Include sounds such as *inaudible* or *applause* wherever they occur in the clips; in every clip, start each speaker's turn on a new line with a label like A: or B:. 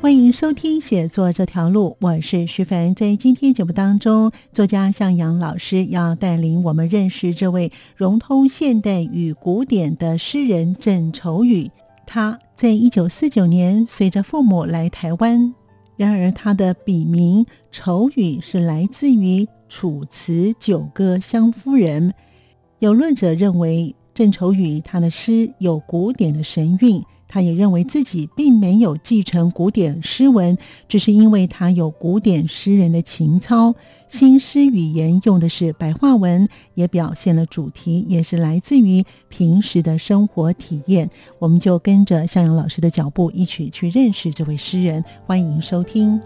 A: 欢迎收听《写作这条路》，我是徐凡。在今天节目当中，作家向阳老师要带领我们认识这位融通现代与古典的诗人郑愁予。他在一九四九年随着父母来台湾，然而他的笔名愁予是来自于《楚辞九歌》湘夫人。有论者认为，郑愁予他的诗有古典的神韵。他也认为自己并没有继承古典诗文，只是因为他有古典诗人的情操，新诗语言用的是白话文，也表现了主题，也是来自于平时的生活体验。我们就跟着向阳老师的脚步，一起去认识这位诗人。欢迎收听。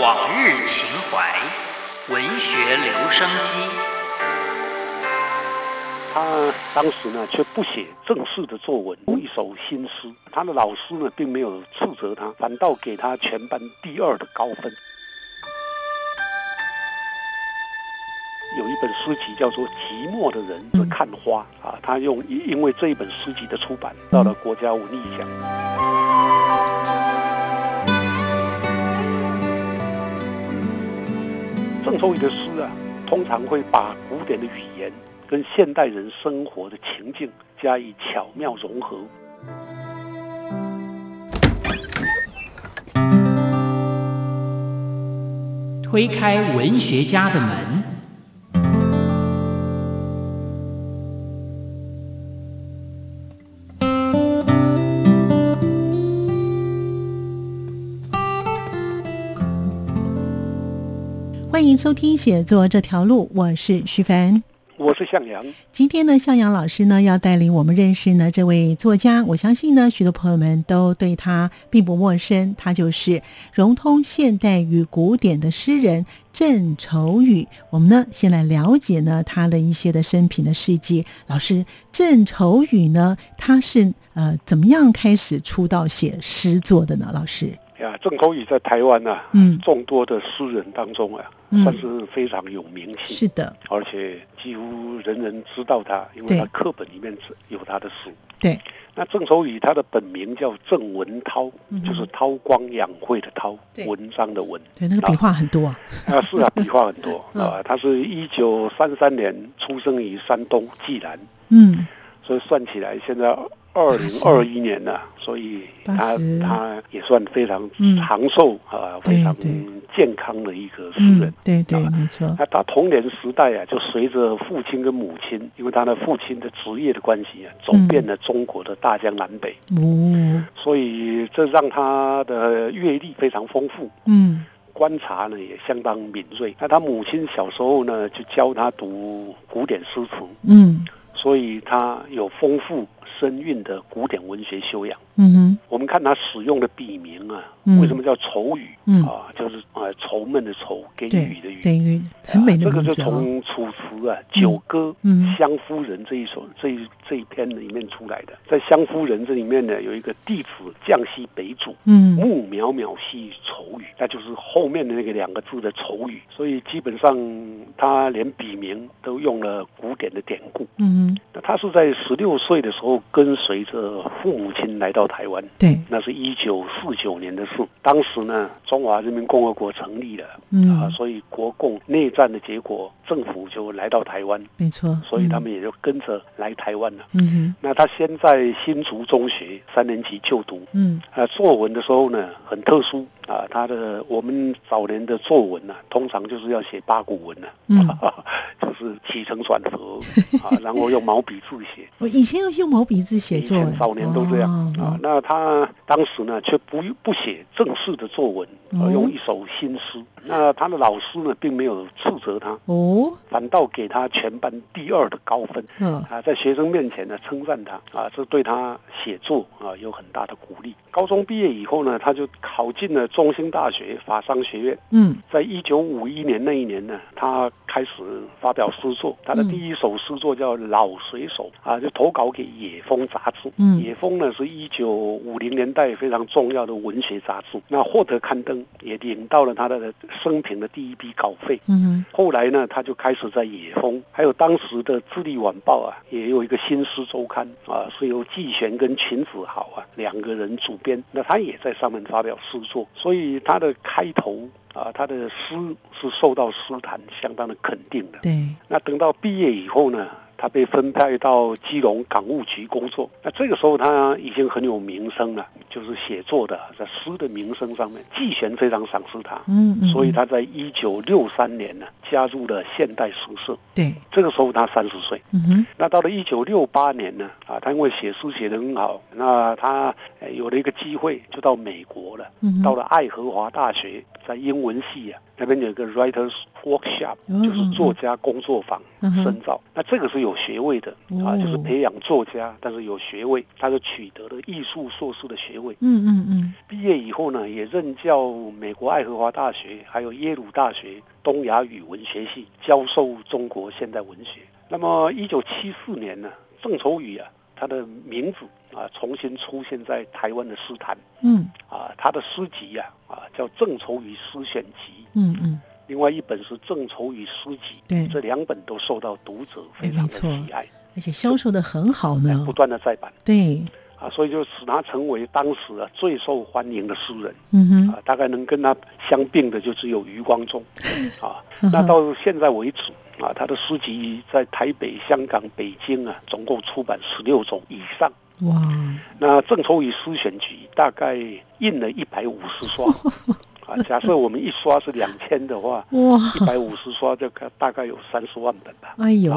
B: 往日情怀，文学留声机。
C: 他当时呢却不写正式的作文，一首新诗。他的老师呢并没有斥责他，反倒给他全班第二的高分。有一本诗集叫做《寂寞的人是看花》啊，他用因因为这一本诗集的出版，到了国家文艺奖。郑愁予的诗啊，通常会把古典的语言跟现代人生活的情境加以巧妙融合。
B: 推开文学家的门，
A: 欢迎收听《写作这条路》，我是徐凡。
C: 我是向阳，
A: 今天呢，向阳老师呢要带领我们认识呢这位作家。我相信呢，许多朋友们都对他并不陌生，他就是融通现代与古典的诗人郑愁予。我们呢，先来了解呢他的一些的生平的事迹。老师，郑愁予呢，他是呃怎么样开始出道写诗作的呢？老师，
C: 呀，啊郑愁予在台湾啊，
A: 嗯
C: 众多的诗人当中啊，
A: 嗯
C: 算是非常有名气。
A: 是的，
C: 而且几乎人人知道他，因
A: 对
C: 为他课本里面只有他的诗。
A: 对，
C: 那郑愁予他的本名叫郑文涛，
A: 嗯哼
C: 就是韬光养晦的韬
A: 对，
C: 文章的文。
A: 对，那个笔画很多啊，
C: 啊，是啊，笔画很多
A: 嗯
C: 啊。他是一九三三年出生于山东济南，
A: 嗯，
C: 所以算起来现在二零二一年了、所以他
A: 80
C: 他也算非常
A: 嗯
C: 长寿啊、
A: 对
C: 非常
A: 对
C: 健康的一个诗人
A: 嗯。，对对，没错，
C: 那他童年时代啊，就随着父亲跟母亲，因为他的父亲的职业的关系啊，走遍了中国的大江南北，
A: 哦，
C: 所以这让他的阅历非常丰富，
A: 嗯
C: 观察呢也相当敏锐。那他母亲小时候呢就教他读古典诗词，
A: 嗯
C: 所以他有丰富深韵的古典文学修养。
A: 嗯哼。
C: 我们看他使用的笔名啊，
A: 嗯
C: 为什么叫愁予？
A: 嗯
C: 啊，就是啊愁闷的愁，给
A: 对
C: 予的予。
A: 等于很美的
C: 啊这
A: 名字
C: 个就
A: 哦。
C: 从《楚辞》啊《九歌》
A: 嗯
C: 湘夫人》这一首这一这一篇里面出来的。在《湘夫人》这里面呢，有一个弟子降西北主。
A: 嗯
C: 木渺渺兮愁予，那就是后面的那个两个字的愁予，所以基本上他连笔名都用了古典的典故。
A: 嗯，
C: 那他是在十六岁的时候跟随着父母亲来到台湾，
A: 对，
C: 那是一九四九年的事。当时呢，中华人民共和国成立了，啊，
A: 嗯，
C: 所以国共内战的结果，政府就来到台湾，
A: 没错。
C: 所以他们也就跟着来台湾了。
A: 嗯，
C: 那他先在新竹中学三年级就读，
A: 嗯哼，
C: 呃啊，作文的时候呢很特殊，啊，他的我们早年的作文呢、通常就是要写八股文呢、啊
A: 嗯
C: *laughs* 就是起承转合啊，然后用毛笔字
A: *laughs*
C: 写。
A: 我以前要用毛笔字哦写
C: 以
A: 作文
C: 前，早年都这样、
A: 哦
C: 啊。那他当时呢，却不不写正式的作文，
A: 哦
C: 而用一首新诗。那他的老师呢，并没有斥责他，
A: 哦，
C: 反倒给他全班第二的高分。
A: 嗯
C: 啊，在学生面前呢称赞他啊，这对他写作啊有很大的鼓励。高中毕业以后呢，他就考进了中兴大学法商学院。
A: 嗯
C: 在一九五一年那一年呢，他开始发表诗作，他的
A: 嗯
C: 第一首诗作叫《老水手》啊，就投稿给《野风》杂志。
A: 嗯
C: 野风》呢是一九五零年代非常重要的文学杂志，那获得刊登，也领到了他的生平的第一笔稿费。
A: 嗯
C: 后来呢，他就开始在《野风》，还有当时的《智利晚报》啊，也有一个《新诗周刊》啊，是由季璇跟秦子豪啊两个人主编。那他也在上面发表诗作，所以他的开头啊，他的诗是受到诗坛相当的肯定的。
A: 对，
C: 那等到毕业以后呢，他被分派到基隆港务局工作。那这个时候他已经很有名声了，就是写作的在诗的名声上面，季璇非常赏识他。
A: 嗯嗯，
C: 所以他在一九六三年呢加入了现代诗社，
A: 对，
C: 这个时候他三十岁。
A: 嗯哼，
C: 那到了一九六八年呢，啊，他因为写诗写得很好，那他呃有了一个机会，就到美国了，
A: 嗯哼，
C: 到了爱荷华大学，在英文系啊那边有一个 writers workshop，
A: 嗯
C: 就是作家工作坊
A: 嗯哼
C: 深造。那这个是有学位的啊，就是
A: 哦
C: 培养作家，但是有学位，他就取得了艺术硕士的学位。
A: 嗯嗯嗯，
C: 毕业以后呢，也任教美国爱荷华大学还有耶鲁大学东亚语文学系，教授中国现代文学。那么，一九七四年呢，郑愁予啊，他的名字啊重新出现在台湾的诗坛
A: 嗯
C: 啊，他的诗集呀啊叫《郑愁予诗选集》，
A: 嗯嗯，
C: 另外一本是《郑愁予诗集
A: 对》，，
C: 这两本都受到读者非常的喜爱，
A: 而且销售的很好呢
C: 哎不，断的再版
A: 对，
C: 啊，所以就使他成为当时啊最受欢迎的诗人。
A: 嗯
C: 啊，大概能跟他相并的就只有余
A: *laughs*
C: 光中，啊，
A: 嗯哼，
C: 那到现在为止啊，他的诗集在台北、香港、北京啊，总共出版十六种以上。
A: 哇，
C: 那郑愁予诗选集大概印了一百五
A: *laughs*
C: 十刷，啊，假设我们一刷是两千的话，
A: 哇，
C: 一百五十刷就大概有三十万本吧。
A: 哎呦，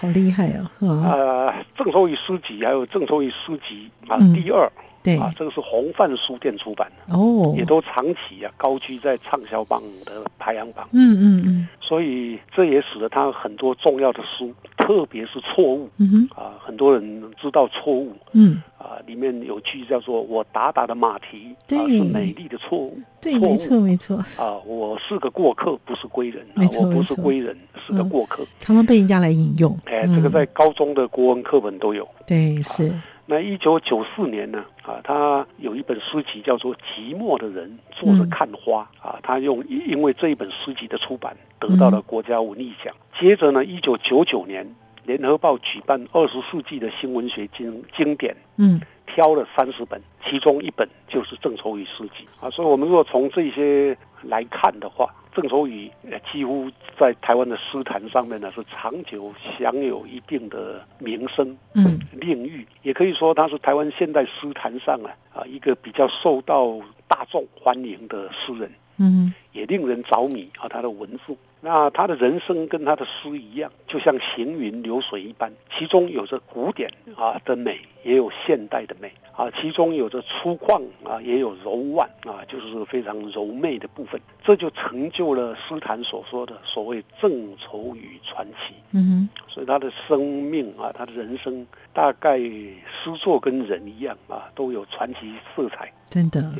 A: 好厉害啊！啊，
C: 啊，郑愁予诗集还有郑愁予诗集啊，
A: 嗯
C: 第二
A: 对，
C: 啊，这个是红范书店出版的，
A: 哦，
C: 也都长期啊高居在畅销榜的排行榜。
A: 嗯嗯嗯
C: 所以这也使得他很多重要的书，特别是错误
A: 嗯哼，
C: 啊，很多人知道错误
A: 嗯，
C: 啊，里面有句叫做“我打打的马蹄”，
A: 对
C: 啊，是美丽的错误，
A: 对，没
C: 错
A: 错
C: 误
A: 没错，
C: 啊，我是个过客，不是归人，啊
A: 没，错
C: 我不是
A: 没错
C: 归人，是个过客。
A: 常常被人家来引用。
C: 哎，
A: 嗯
C: 这个在啊高中的国文课本都有。
A: 对是，
C: 那一九九四年呢，啊，他有一本诗集叫做《寂寞的人坐着看花》啊，他用因为这一本诗集的出版得到了国家文艺奖。接着呢，一九九九年，联合报举办二十世纪的新文学经经典。
A: 嗯
C: 挑了三十本，其中一本就是郑愁予诗集啊，所以我们如果从这些来看的话，郑愁予呃几乎在台湾的诗坛上面呢是长久享有一定的名声，
A: 嗯
C: 领域，也可以说他是台湾现代诗坛上啊啊一个比较受到大众欢迎的诗人，
A: 嗯
C: 也令人着迷啊他的文字。那他的人生跟他的诗一样，就像行云流水一般，其中有着古典啊的美，也有现代的美啊，其中有着粗犷啊，也有柔婉啊，就是非常柔媚的部分。这就成就了诗坛所说的所谓正愁与传奇。
A: 嗯
C: 所以他的生命啊，他的人生大概诗作跟人一样啊，都有传奇色彩。
A: 哼，真
C: *laughs*
A: 的，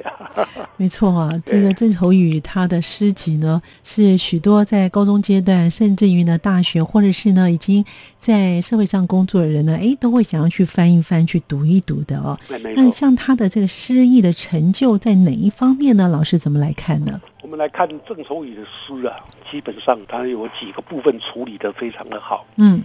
A: 没错啊。这个
C: 对
A: 郑愁予他的诗集呢，是许多在高中阶段，甚至于呢大学，或者是呢已经在社会上工作的人呢，诶，都会想要去翻一翻、去读一读的哦。
C: 那没
A: 那
C: 错，
A: 像他的这个诗意的成就在哪一方面呢？老师怎么来看呢？
C: 我们来看郑愁予的诗啊，基本上他有几个部分处理得非常的好
A: 嗯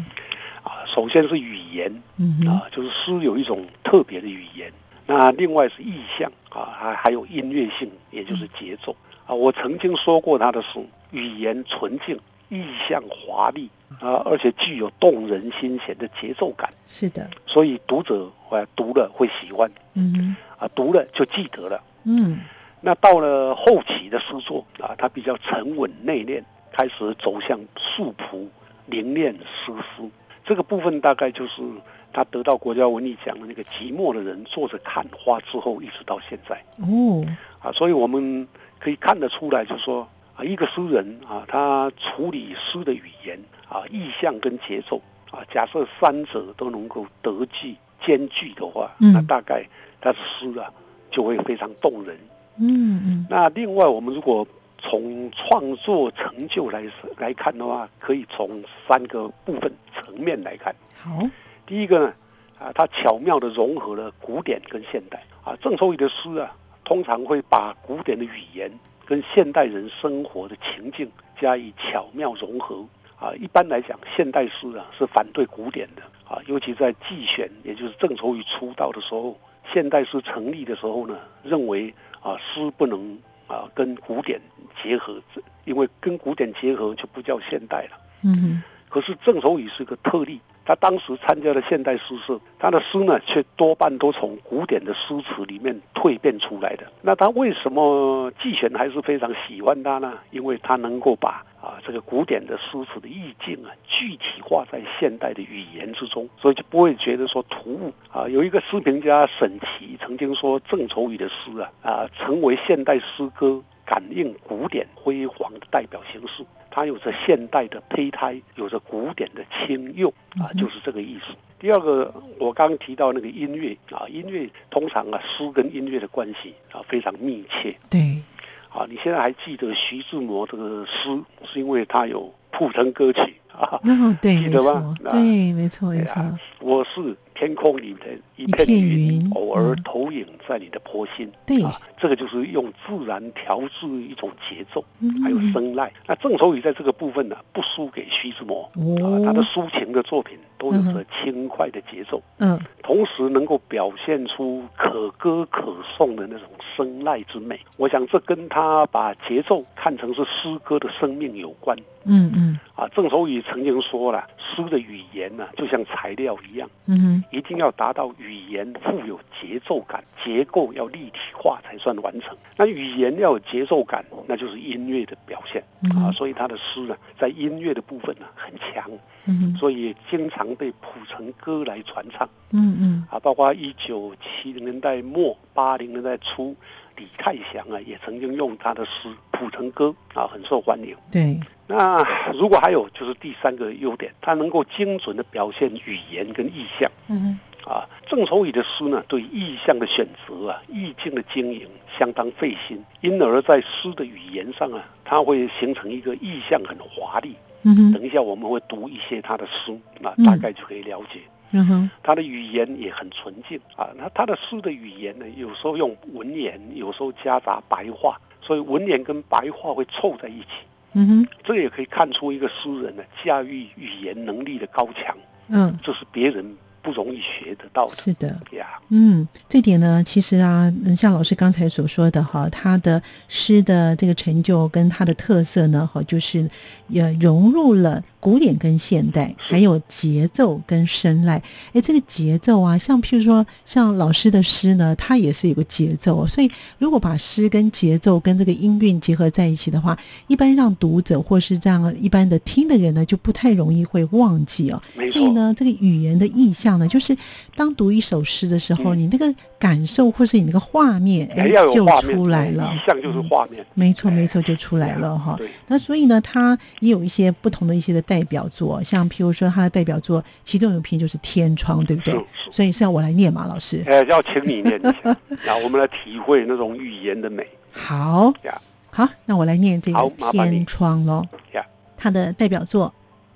C: 啊。首先是语言
A: 嗯哼
C: 啊，就是诗有一种特别的语言。那另外是意象啊，还还有音乐性，也就是节奏啊。我曾经说过他的诗，语言纯净，意象华丽啊，而且具有动人心弦的节奏感。
A: 是的，
C: 所以读者呃读了会喜欢
A: 嗯
C: 啊，读了就记得了。
A: 嗯
C: 那到了后期的诗作啊，他比较沉稳内敛，开始走向素朴、凝练诗书。这个部分大概就是他得到国家文艺奖的那个《寂寞的人坐着看花》之后，一直到现在
A: 哦，
C: 啊，所以我们可以看得出来，就是说啊，一个诗人啊，他处理诗的语言啊、意象跟节奏啊，假设三者都能够得计兼具的话，
A: 嗯
C: 那大概他的诗啊就会非常动人。
A: 嗯嗯
C: 那另外，我们如果从创作成就来来看的话，可以从三个部分层面来看。
A: 好，
C: 第一个呢，啊，它巧妙地融合了古典跟现代啊。郑愁予的诗啊，通常会把古典的语言跟现代人生活的情境加以巧妙融合啊。一般来讲，现代诗啊是反对古典的啊，尤其在季选，也就是郑愁予出道的时候，现代诗成立的时候呢，认为啊诗不能啊跟古典结合，因为跟古典结合就不叫现代了。
A: 嗯
C: 可是郑愁予是个特例，他当时参加了现代诗社，他的诗呢却多半都从古典的诗词里面蜕变出来的。那他为什么季选还是非常喜欢他呢？因为他能够把啊这个古典的诗词的意境啊具体化在现代的语言之中，所以就不会觉得说突兀啊。有一个诗评家沈琦曾经说，郑愁予的诗啊啊成为现代诗歌感应古典辉煌的代表形式。它有着现代的胚胎，有着古典的清幼啊，
A: 嗯哼
C: 就是这个意思。第二个，我刚刚提到那个音乐啊，音乐通常啊，诗跟音乐的关系啊非常密切
A: 哼，对，
C: 啊。你现在还记得徐志摩这个诗，是因为他有普通歌曲啊，
A: 那、哦、对，
C: 记
A: 没
C: 得吧啊
A: 错，
C: 那
A: 对，没错，
C: 对
A: 没
C: 啊
A: 错，
C: 我是天空里的一
A: 一
C: 片
A: 片
C: 云，
A: 云
C: 偶尔
A: 嗯
C: 投影在你的波心。
A: 对
C: 啊，这个就是用自然调制一种节奏，
A: 嗯
C: 还有声籁。那郑愁予在这个部分呢，不输给徐志摩。啊，他的
A: 哦，
C: 抒情的作品都有着轻快的节奏，
A: 嗯，
C: 同时能够表现出可歌可颂的那种声籁之美。我想这跟他把节奏看成是诗歌的生命有关。
A: 嗯嗯
C: 啊，郑愁予曾经说了，诗的语言呢、就像材料一样，
A: 嗯哼，
C: 一定要达到语言富有节奏感，结构要立体化才算完成。那语言要有节奏感，那就是音乐的表现
A: 嗯
C: 啊。
A: 哼
C: 所以他的诗呢，在音乐的部分呢很强。
A: 嗯哼
C: 所以经常被谱成歌来传唱
A: 嗯嗯
C: 啊，包括一九七零年代末、八零年代初，李泰祥啊也曾经用他的诗谱成歌啊，很受欢迎。
A: 对，
C: 那如果还有就是第三个优点，它能够精准的表现语言跟意象
A: 嗯哼
C: 啊。郑愁予的诗呢，对意象的选择啊、意境的经营相当费心，因而在诗的语言上啊，它会形成一个意象很华丽。
A: 嗯哼
C: 等一下我们会读一些他的诗，那
A: 嗯
C: 大概就可以了解。
A: 嗯哼
C: 他的语言也很纯净啊。那他的诗的语言呢，有时候用文言，有时候夹杂白话，所以文言跟白话会凑在一起。
A: 嗯哼
C: 这也可以看出一个诗人呢驾驭语言能力的高强，
A: 嗯，
C: 这是别人不容易学得到的
A: 是的。
C: 呀。
A: 嗯，这点呢，其实啊，嗯像老师刚才所说的哈，他的诗的这个成就跟他的特色呢，哈，就是也融入了古典跟现代，还有节奏跟声籁。哎，这个节奏啊，像譬如说像老师的诗呢，它也是有个节奏哦，所以如果把诗跟节奏跟这个音韵结合在一起的话，一般让读者或是这样一般的听的人呢，就不太容易会忘记哦。
C: 没
A: 所以
C: 错，
A: 呢，这个语言的意象呢，就是当读一首诗的时候，
C: 嗯
A: 你那个感受或是你那个画面，哎
C: 还要，有
A: 就
C: 画面，
A: 出来了嗯
C: 意。象就是画面。哎
A: 没错，没错，就出来了哈。
C: 对，啊
A: 那所以呢，他也有一些不同的一些的代表作，像譬如说他的代表作，其中有一篇就是《天窗》，对不对？
C: 是
A: 所以是要我来念嘛，老师。
C: 哎，要请你念一下， *laughs* 那我们来体会那种语言的美
A: 好
C: 呀，
A: 好，那我来念这个
C: 好
A: 《
C: 麻烦你
A: 天窗》喽
C: 呀。
A: 他的代表作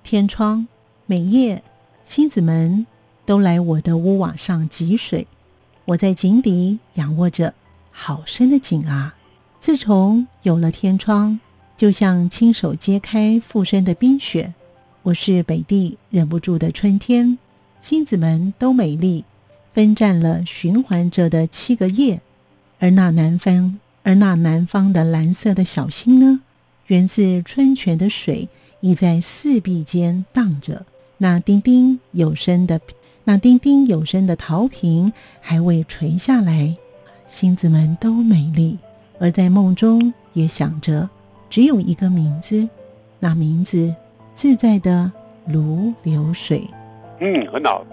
A: 《天窗》，每夜星子们都来我的屋瓦上汲水，我在井底仰卧着，好深的井啊！自从有了天窗，就像亲手揭开附身的冰雪。我是北地忍不住的春天，星子们都美丽，分占了循环着的七个夜。而那南方，而那南方的蓝色的小星呢，源自春泉的水，已在四壁间荡着。那叮叮有声的，那叮叮有声的陶瓶还未垂下来，星子们都美丽，而在梦中也想着只有一个名字，那名字自在的如流水。
C: 嗯，很好。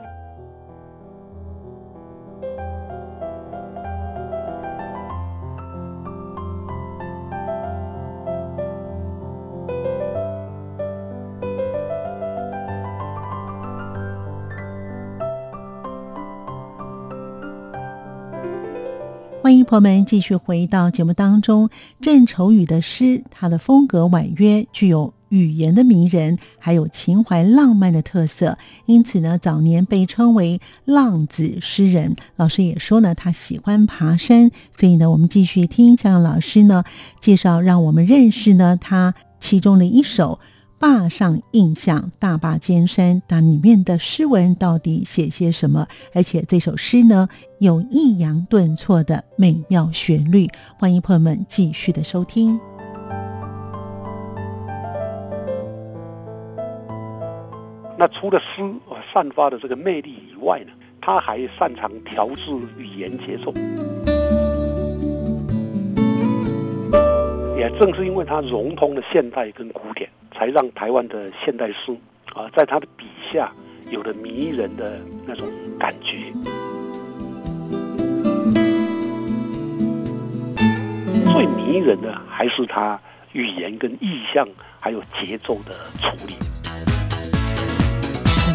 A: 欢迎朋友们继续回到节目当中。郑愁予的诗，它的风格婉约，具有语言的迷人，还有情怀浪漫的特色，因此呢，早年被称为浪子诗人。老师也说呢，他喜欢爬山，所以呢，我们继续听向老师呢介绍，让我们认识呢他其中的一首《坝上印象·大坝尖山》，那里面的诗文到底写些什么？而且这首诗呢。有抑扬顿挫的美妙旋律，欢迎朋友们继续的收听。
C: 那除了诗呃散发的这个魅力以外呢，他还擅长调制语言节奏。也正是因为他融通了现代跟古典，才让台湾的现代诗啊、呃，在他的笔下有了迷人的那种感觉。最迷人的还是他语言跟意象，还有节奏的处理。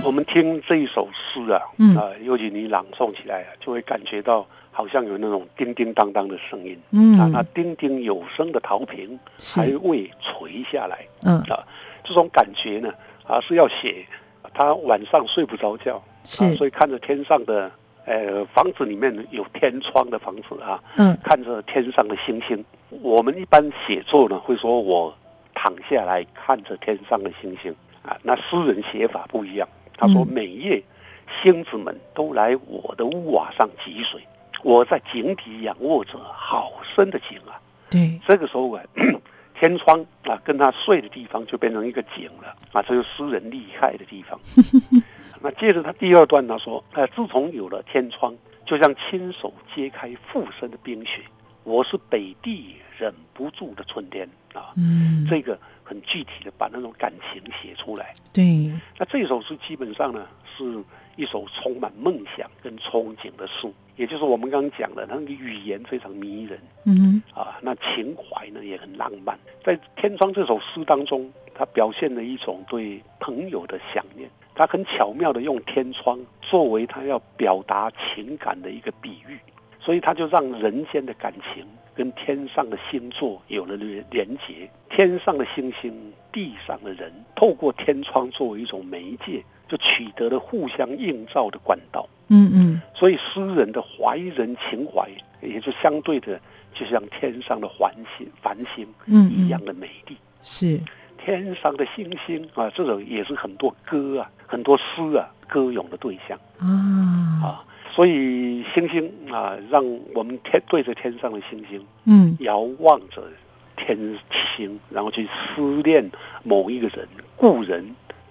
C: 我们听这一首诗啊，
A: 嗯
C: 啊、尤其你朗诵起来啊，就会感觉到好像有那种叮叮当当的声音、啊，那
A: 嗯
C: 叮叮有声的陶瓶
A: 是
C: 还未垂下来
A: 嗯
C: 啊，这种感觉呢啊是要写他晚上睡不着觉啊，所
A: 是
C: 以看着天上的呃房子里面有天窗的房子啊，
A: 嗯
C: 看着天上的星星。我们一般写作呢，会说我躺下来看着天上的星星啊。那诗人写法不一样，他说
A: 嗯
C: 每夜星子们都来我的屋瓦上汲水，我在井底仰卧着，好深的井啊！
A: 对
C: 这个时候啊， *clears throat* 天窗啊，跟他睡的地方就变成一个井了啊，这就是诗人厉害的地方。那接着他第二段他说，呃，自从有了天窗，就像亲手揭开附身的冰雪，我是北地忍不住的春天啊，
A: 嗯
C: 这个很具体的把那种感情写出来。
A: 对
C: 那这首诗基本上呢，是一首充满梦想跟憧憬的诗，也就是我们刚刚讲的，那个语言非常迷人。
A: 嗯
C: 啊，那情怀呢也很浪漫。在《天窗》这首诗当中，他表现了一种对朋友的想念。他很巧妙地用天窗作为他要表达情感的一个比喻，所以他就让人间的感情跟天上的星座有了连连结。天上的星星，地上的人，透过天窗作为一种媒介，就取得了互相映照的管道。
A: 嗯嗯
C: 所以诗人的怀人情怀，也就相对的，就像天上的繁星繁星
A: 嗯
C: 一样
A: 嗯
C: 的美丽。
A: 是
C: 天上的星星啊，这种也是很多歌啊、很多诗啊歌咏的对象
A: 啊
C: 啊。所以星星啊，让我们天对着天上的星星，
A: 嗯
C: 遥望着天星，然后去思念某一个人、故人、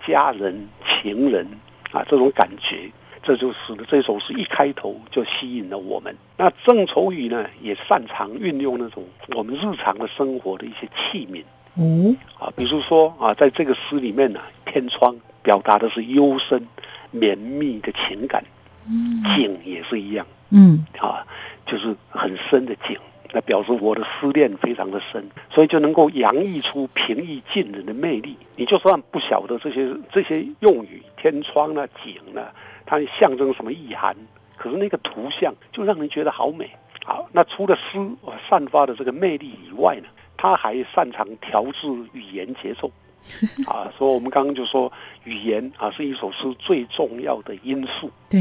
C: 家人、情人啊，这种感觉，这就是这首诗一开头就吸引了我们。那郑愁予呢，也擅长运用那种我们日常的生活的一些器皿
A: 哦
C: 啊，比如说啊，在这个诗里面呢、天窗表达的是幽深、绵密的情感，
A: 嗯
C: 景也是一样。
A: 嗯
C: 啊，就是很深的井，那表示我的思念非常的深，所以就能够洋溢出平易近人的魅力。你就算不晓得这些这些用语，天窗啊、井啊，它象征什么意涵，可是那个图像就让人觉得好美。好，那除了诗呃散发的这个魅力以外呢，他还擅长调制语言节奏。啊，所以我们刚刚就说，语言啊是一首诗最重要的因素。
A: 对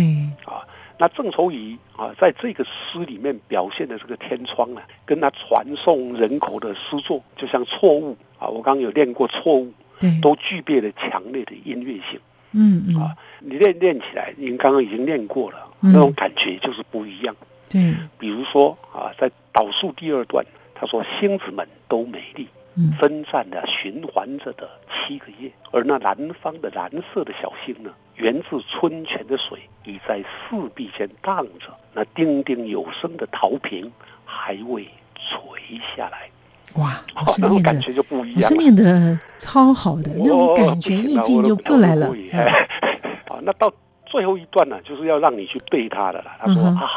C: 那郑愁予啊，在这个诗里面表现的这个天窗呢、跟他传颂人口的诗作，就像错误啊，我刚刚有练过错误，
A: 对
C: 都啊具备了强烈的音乐性。
A: 嗯嗯
C: 你练练起来，您刚刚已经练过了，
A: 嗯
C: 那种感觉就是不一样。
A: 对
C: 比如说啊，在倒数第二段，他说星子们都美丽，
A: 嗯
C: 分散的循环着的七个夜，而那南方的蓝色的小星呢，源自春泉的水已在四壁间荡着，那叮叮有声的陶瓶还未垂下来， *laughs*
A: 哇，老
C: 好，
A: 师
C: 那种
A: 念
C: 感
A: 的，
C: 觉就不一
A: 老
C: 样
A: 师
C: 了。
A: 念的超好的，那种
C: 哦
A: 感觉
C: 行
A: 意
C: 了
A: 境
C: 我都
A: 就
C: 不
A: 过来了
C: 故。意 *laughs* 好，那到最后一段呢，就是要让你去背它的了。他说、
A: 嗯哼
C: 啊，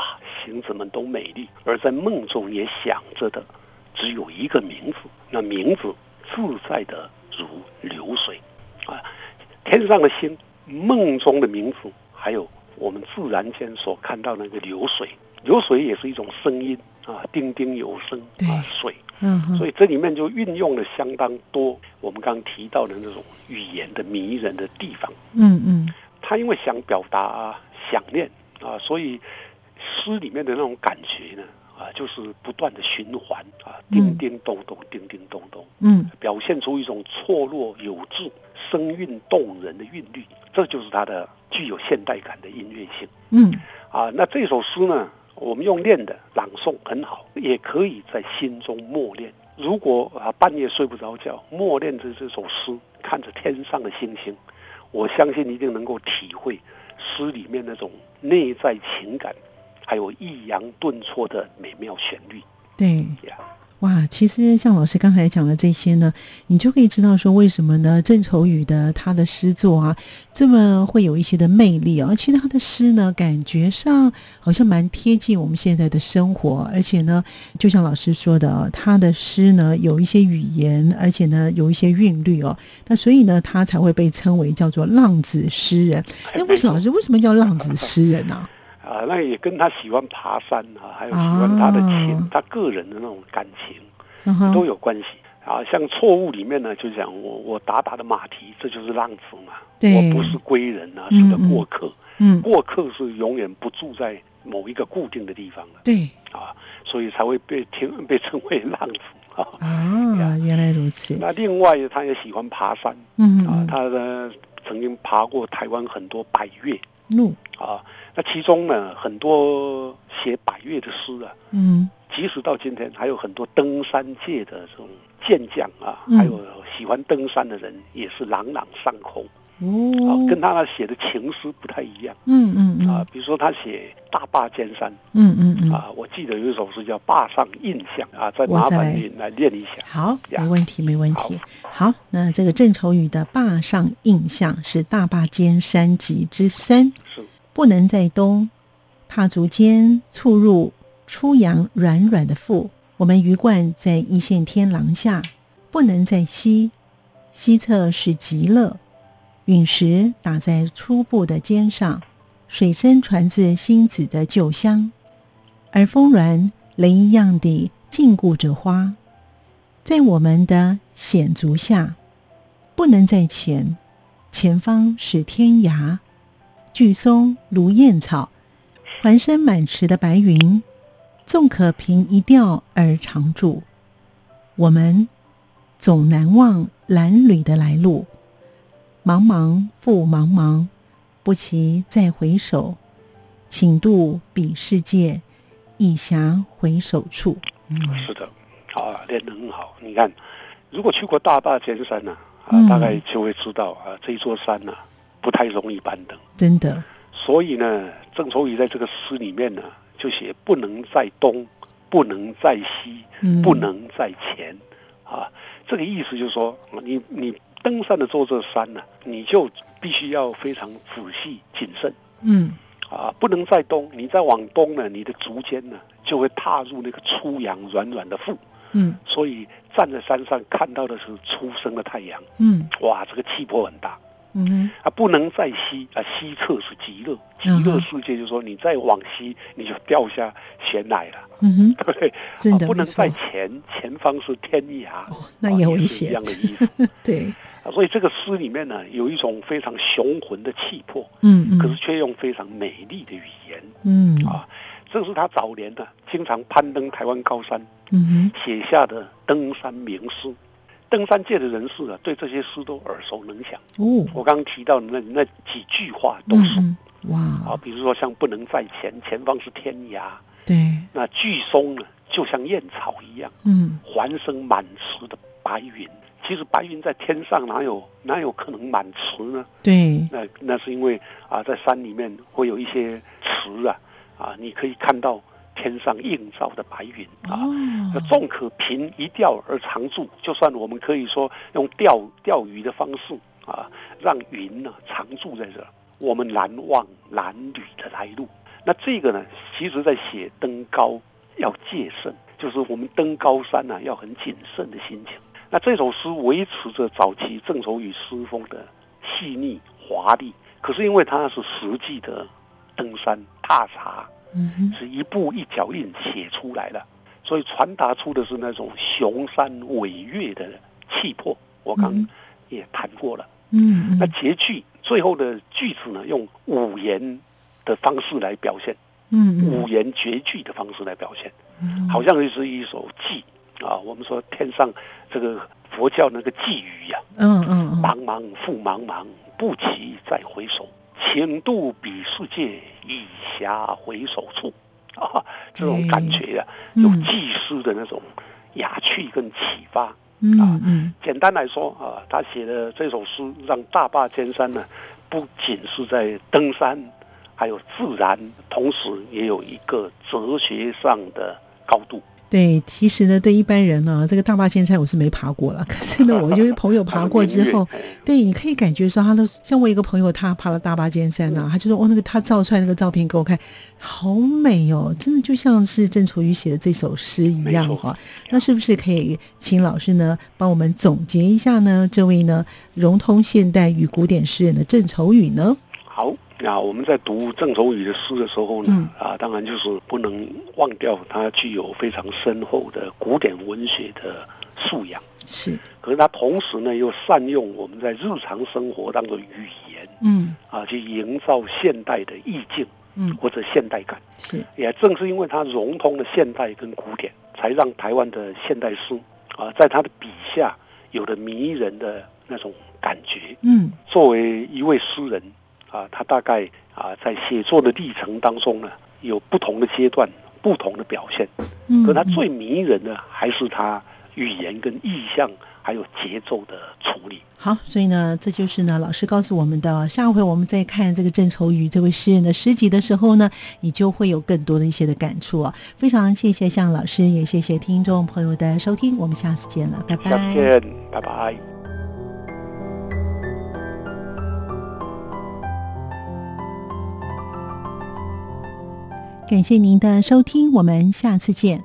C: 行子们都美丽，而在梦中也想着的，只有一个名字，那名字自在的如流水，啊，天上的星，梦中的名字，还有我们自然间所看到那个流水，流水也是一种声音啊，叮叮有声
A: 对
C: 啊，水。
A: 嗯哼，
C: 所以这里面就运用了相当多我们刚提到的那种语言的迷人的地方。
A: 嗯嗯，
C: 他因为想表达想念啊，所以诗里面的那种感觉呢，啊，就是不断的循环啊，叮叮咚咚，叮叮咚咚，
A: 嗯
C: 表现出一种错落有致、声韵动人的韵律，这就是它的具有现代感的音乐性。
A: 嗯
C: 啊，那这首诗呢，我们用念的朗诵很好，也可以在心中默念。如果啊半夜睡不着觉，默念着这首诗，看着天上的星星，我相信一定能够体会诗里面那种内在情感，还有抑扬顿挫的美妙旋律
A: 对。
C: 呀。
A: 哇，其实像老师刚才讲的这些呢，你就可以知道说为什么呢？郑愁予的他的诗作啊，这么会有一些的魅力哦而其实他的诗呢，感觉上好像蛮贴近我们现在的生活，而且呢，就像老师说的哦，他的诗呢有一些语言，而且呢有一些韵律哦。那所以呢，他才会被称为叫做浪子诗人。那为什么老师为什么叫浪子诗人呢、
C: 啊，那也跟他喜欢爬山啊，还有喜欢他的情，
A: 啊
C: 他个人的那种感情。
A: 嗯
C: 都
A: 哼，
C: 有关系啊。像错误里面呢，就讲我我打打的马蹄，这就是浪子嘛。
A: 对
C: 我不是归人啊，是
A: 嗯
C: 个过客。
A: 嗯，
C: 过客是永远不住在某一个固定的地方的
A: 对
C: 啊，所以才会被听被称为浪子
A: *laughs*
C: 啊。
A: 啊，原来如此。
C: 那另外，他也喜欢爬山
A: 嗯
C: 啊
A: 嗯，嗯，
C: 他呢曾经爬过台湾很多百越
A: 路，
C: 啊。那其中呢，很多写百越的诗啊，
A: 嗯。
C: 即使到今天，还有很多登山界的这种健将啊，
A: 嗯
C: 还有喜欢登山的人，也是朗朗上口啊
A: 哦，，
C: 跟他写的情诗不太一样
A: 嗯嗯嗯
C: 啊。比如说他写大坝尖山
A: 嗯嗯嗯，
C: 啊，我记得有一首诗叫《坝上印象》啊，再
A: 我
C: 麻
A: 再来
C: 烦你来练一下。
A: 好，
C: 呀
A: 没问题，没问题。好，那这个郑愁予的《坝上印象》是《大坝尖山集》之三，
C: 是
A: 不能再冬，怕足尖触入初阳软软的腹。我们鱼贯在一线天廊下，不能再西，西侧是极乐。陨石打在初步的肩上，水声传自星子的旧乡，而峰峦雷一样地禁锢着花，在我们的显足下，不能再前，前方是天涯。巨松、芦燕草，环身满池的白云，纵可凭一调而常驻。我们总难忘蓝缕的来路，茫茫复茫茫，不期再回首，请渡彼世界，一暇回首处。
C: 是的，啊，练得很好。你看，如果去过大坝尖山呢、啊，
A: 嗯
C: 大概就会知道啊，这一座山呢、不太容易攀登。
A: 真的，
C: 所以呢，郑愁予在这个诗里面呢，就写不能再东，不能再西，
A: 嗯，
C: 不，能再前，啊，这个意思就是说，你你登山的做这山呢、你就必须要非常仔细谨慎
A: 嗯，
C: 啊，不能再东，你再往东呢，你的足尖呢就会踏入那个初阳软软的腹，
A: 嗯，
C: 所以站在山上看到的是初升的太阳，
A: 嗯，
C: 哇，这个气魄很大。
A: 嗯哼，
C: 啊，不能再西啊，西侧是极乐，极乐
A: 嗯
C: 世界就是说你再往西你就掉下悬崖了， *laughs*
A: 嗯哼，
C: 对不对？
A: 真
C: 啊
A: 的，
C: 不能
A: 没错
C: 再前，前方是天涯，
A: 哦，那也
C: 啊
A: 危
C: 是一
A: 险
C: 样，的
A: *laughs*
C: 意思。
A: 对，
C: 啊所以这个诗里面呢，有一种非常雄浑的气魄，
A: 嗯
C: 可是
A: 嗯
C: 却用非常美丽的语言。
A: 嗯，
C: 啊这是他早年呢、经常攀登台湾高山
A: 嗯哼。
C: 写下的登山名诗。登山界的人士啊，对这些诗都耳熟能详。
A: 哦，
C: 我刚刚提到的那那几句话都
A: 嗯
C: 是。
A: 嗯，
C: 啊
A: 哇，，
C: 比如说像不能在前，前方是天涯。
A: 对，
C: 那巨松呢，就像燕草一样，
A: 嗯
C: 环生满池的白云。其实白云在天上哪有哪有可能满池呢？
A: 对，
C: 那那是因为啊，在山里面会有一些池啊，啊，你可以看到天上映照的白云啊。
A: 哦，
C: 纵可凭一钓而常驻，就算我们可以说用钓钓鱼的方式啊，让云呢、常驻在这儿，我们难忘男女的来路。那这个呢，其实在写登高要戒慎，就是我们登高山呢、要很谨慎的心情。那这首诗维持着早期郑愁予诗风的细腻华丽，可是因为它是实际的登山踏查，
A: 嗯哼，
C: 是一步一脚印写出来的，所以传达出的是那种雄山伟岳的气魄。我刚
A: 嗯
C: 也谈过了。
A: 嗯
C: 那
A: 嗯
C: 结句最后的句子呢，用五言的方式来表现，
A: 嗯
C: 五言绝句的方式来表现，
A: 嗯，
C: 好像就是一首寄啊。我们说天上这个佛教那个寄语呀、
A: 嗯，嗯嗯嗯，
C: 茫茫复茫茫，不期再回首。情渡彼世界，一暇回首处。啊，这种感觉呀、
A: 嗯
C: 有技师的那种雅趣跟启发。
A: 嗯嗯
C: 简单来说啊，他写的这首诗让大坝尖山呢，不仅是在登山，还有自然，同时也有一个哲学上的高度。，
A: 对，其实呢，对一般人呢、这个大坝尖山我是没爬过了，可是呢，我就是朋友爬过之后
C: *laughs* 哎
A: 对，你可以感觉说他的，像我有一个朋友，他爬了大巴尖山呐、他就说哦，那个他照出来那个照片给我看，好美哦，真的就像是郑楚瑜写的这首诗一样
C: 没错
A: 哈、那是不是可以请老师呢帮我们总结一下呢？这位呢融通现代与古典诗人的郑愁予呢？
C: 好，那我们在读郑愁予的诗的时候呢，
A: 嗯
C: 啊，当然就是不能忘掉他具有非常深厚的古典文学的素养，
A: 是，
C: 可是他同时呢又善用我们在日常生活当中的语言
A: 嗯
C: 啊，去营造现代的意境
A: 嗯，
C: 或者现代感。
A: 是，
C: 也正是因为他融通了现代跟古典，才让台湾的现代诗啊，在他的笔下有了迷人的那种感觉。
A: 嗯
C: 作为一位诗人啊，他大概啊在写作的历程当中呢，有不同的阶段、不同的表现。
A: 嗯，
C: 可他最迷人的还是他语言跟意象还有节奏的处理。
A: 好，所以呢，这就是呢，老师告诉我们的。啊下回我们在看这个郑愁予这位诗人的诗集的时候呢，你就会有更多的一些的感触哦。非常谢谢向老师，也谢谢听众朋友的收听，我们下次见了，拜拜。
C: 下次见，拜拜。
A: 感谢您的收听，我们下次见。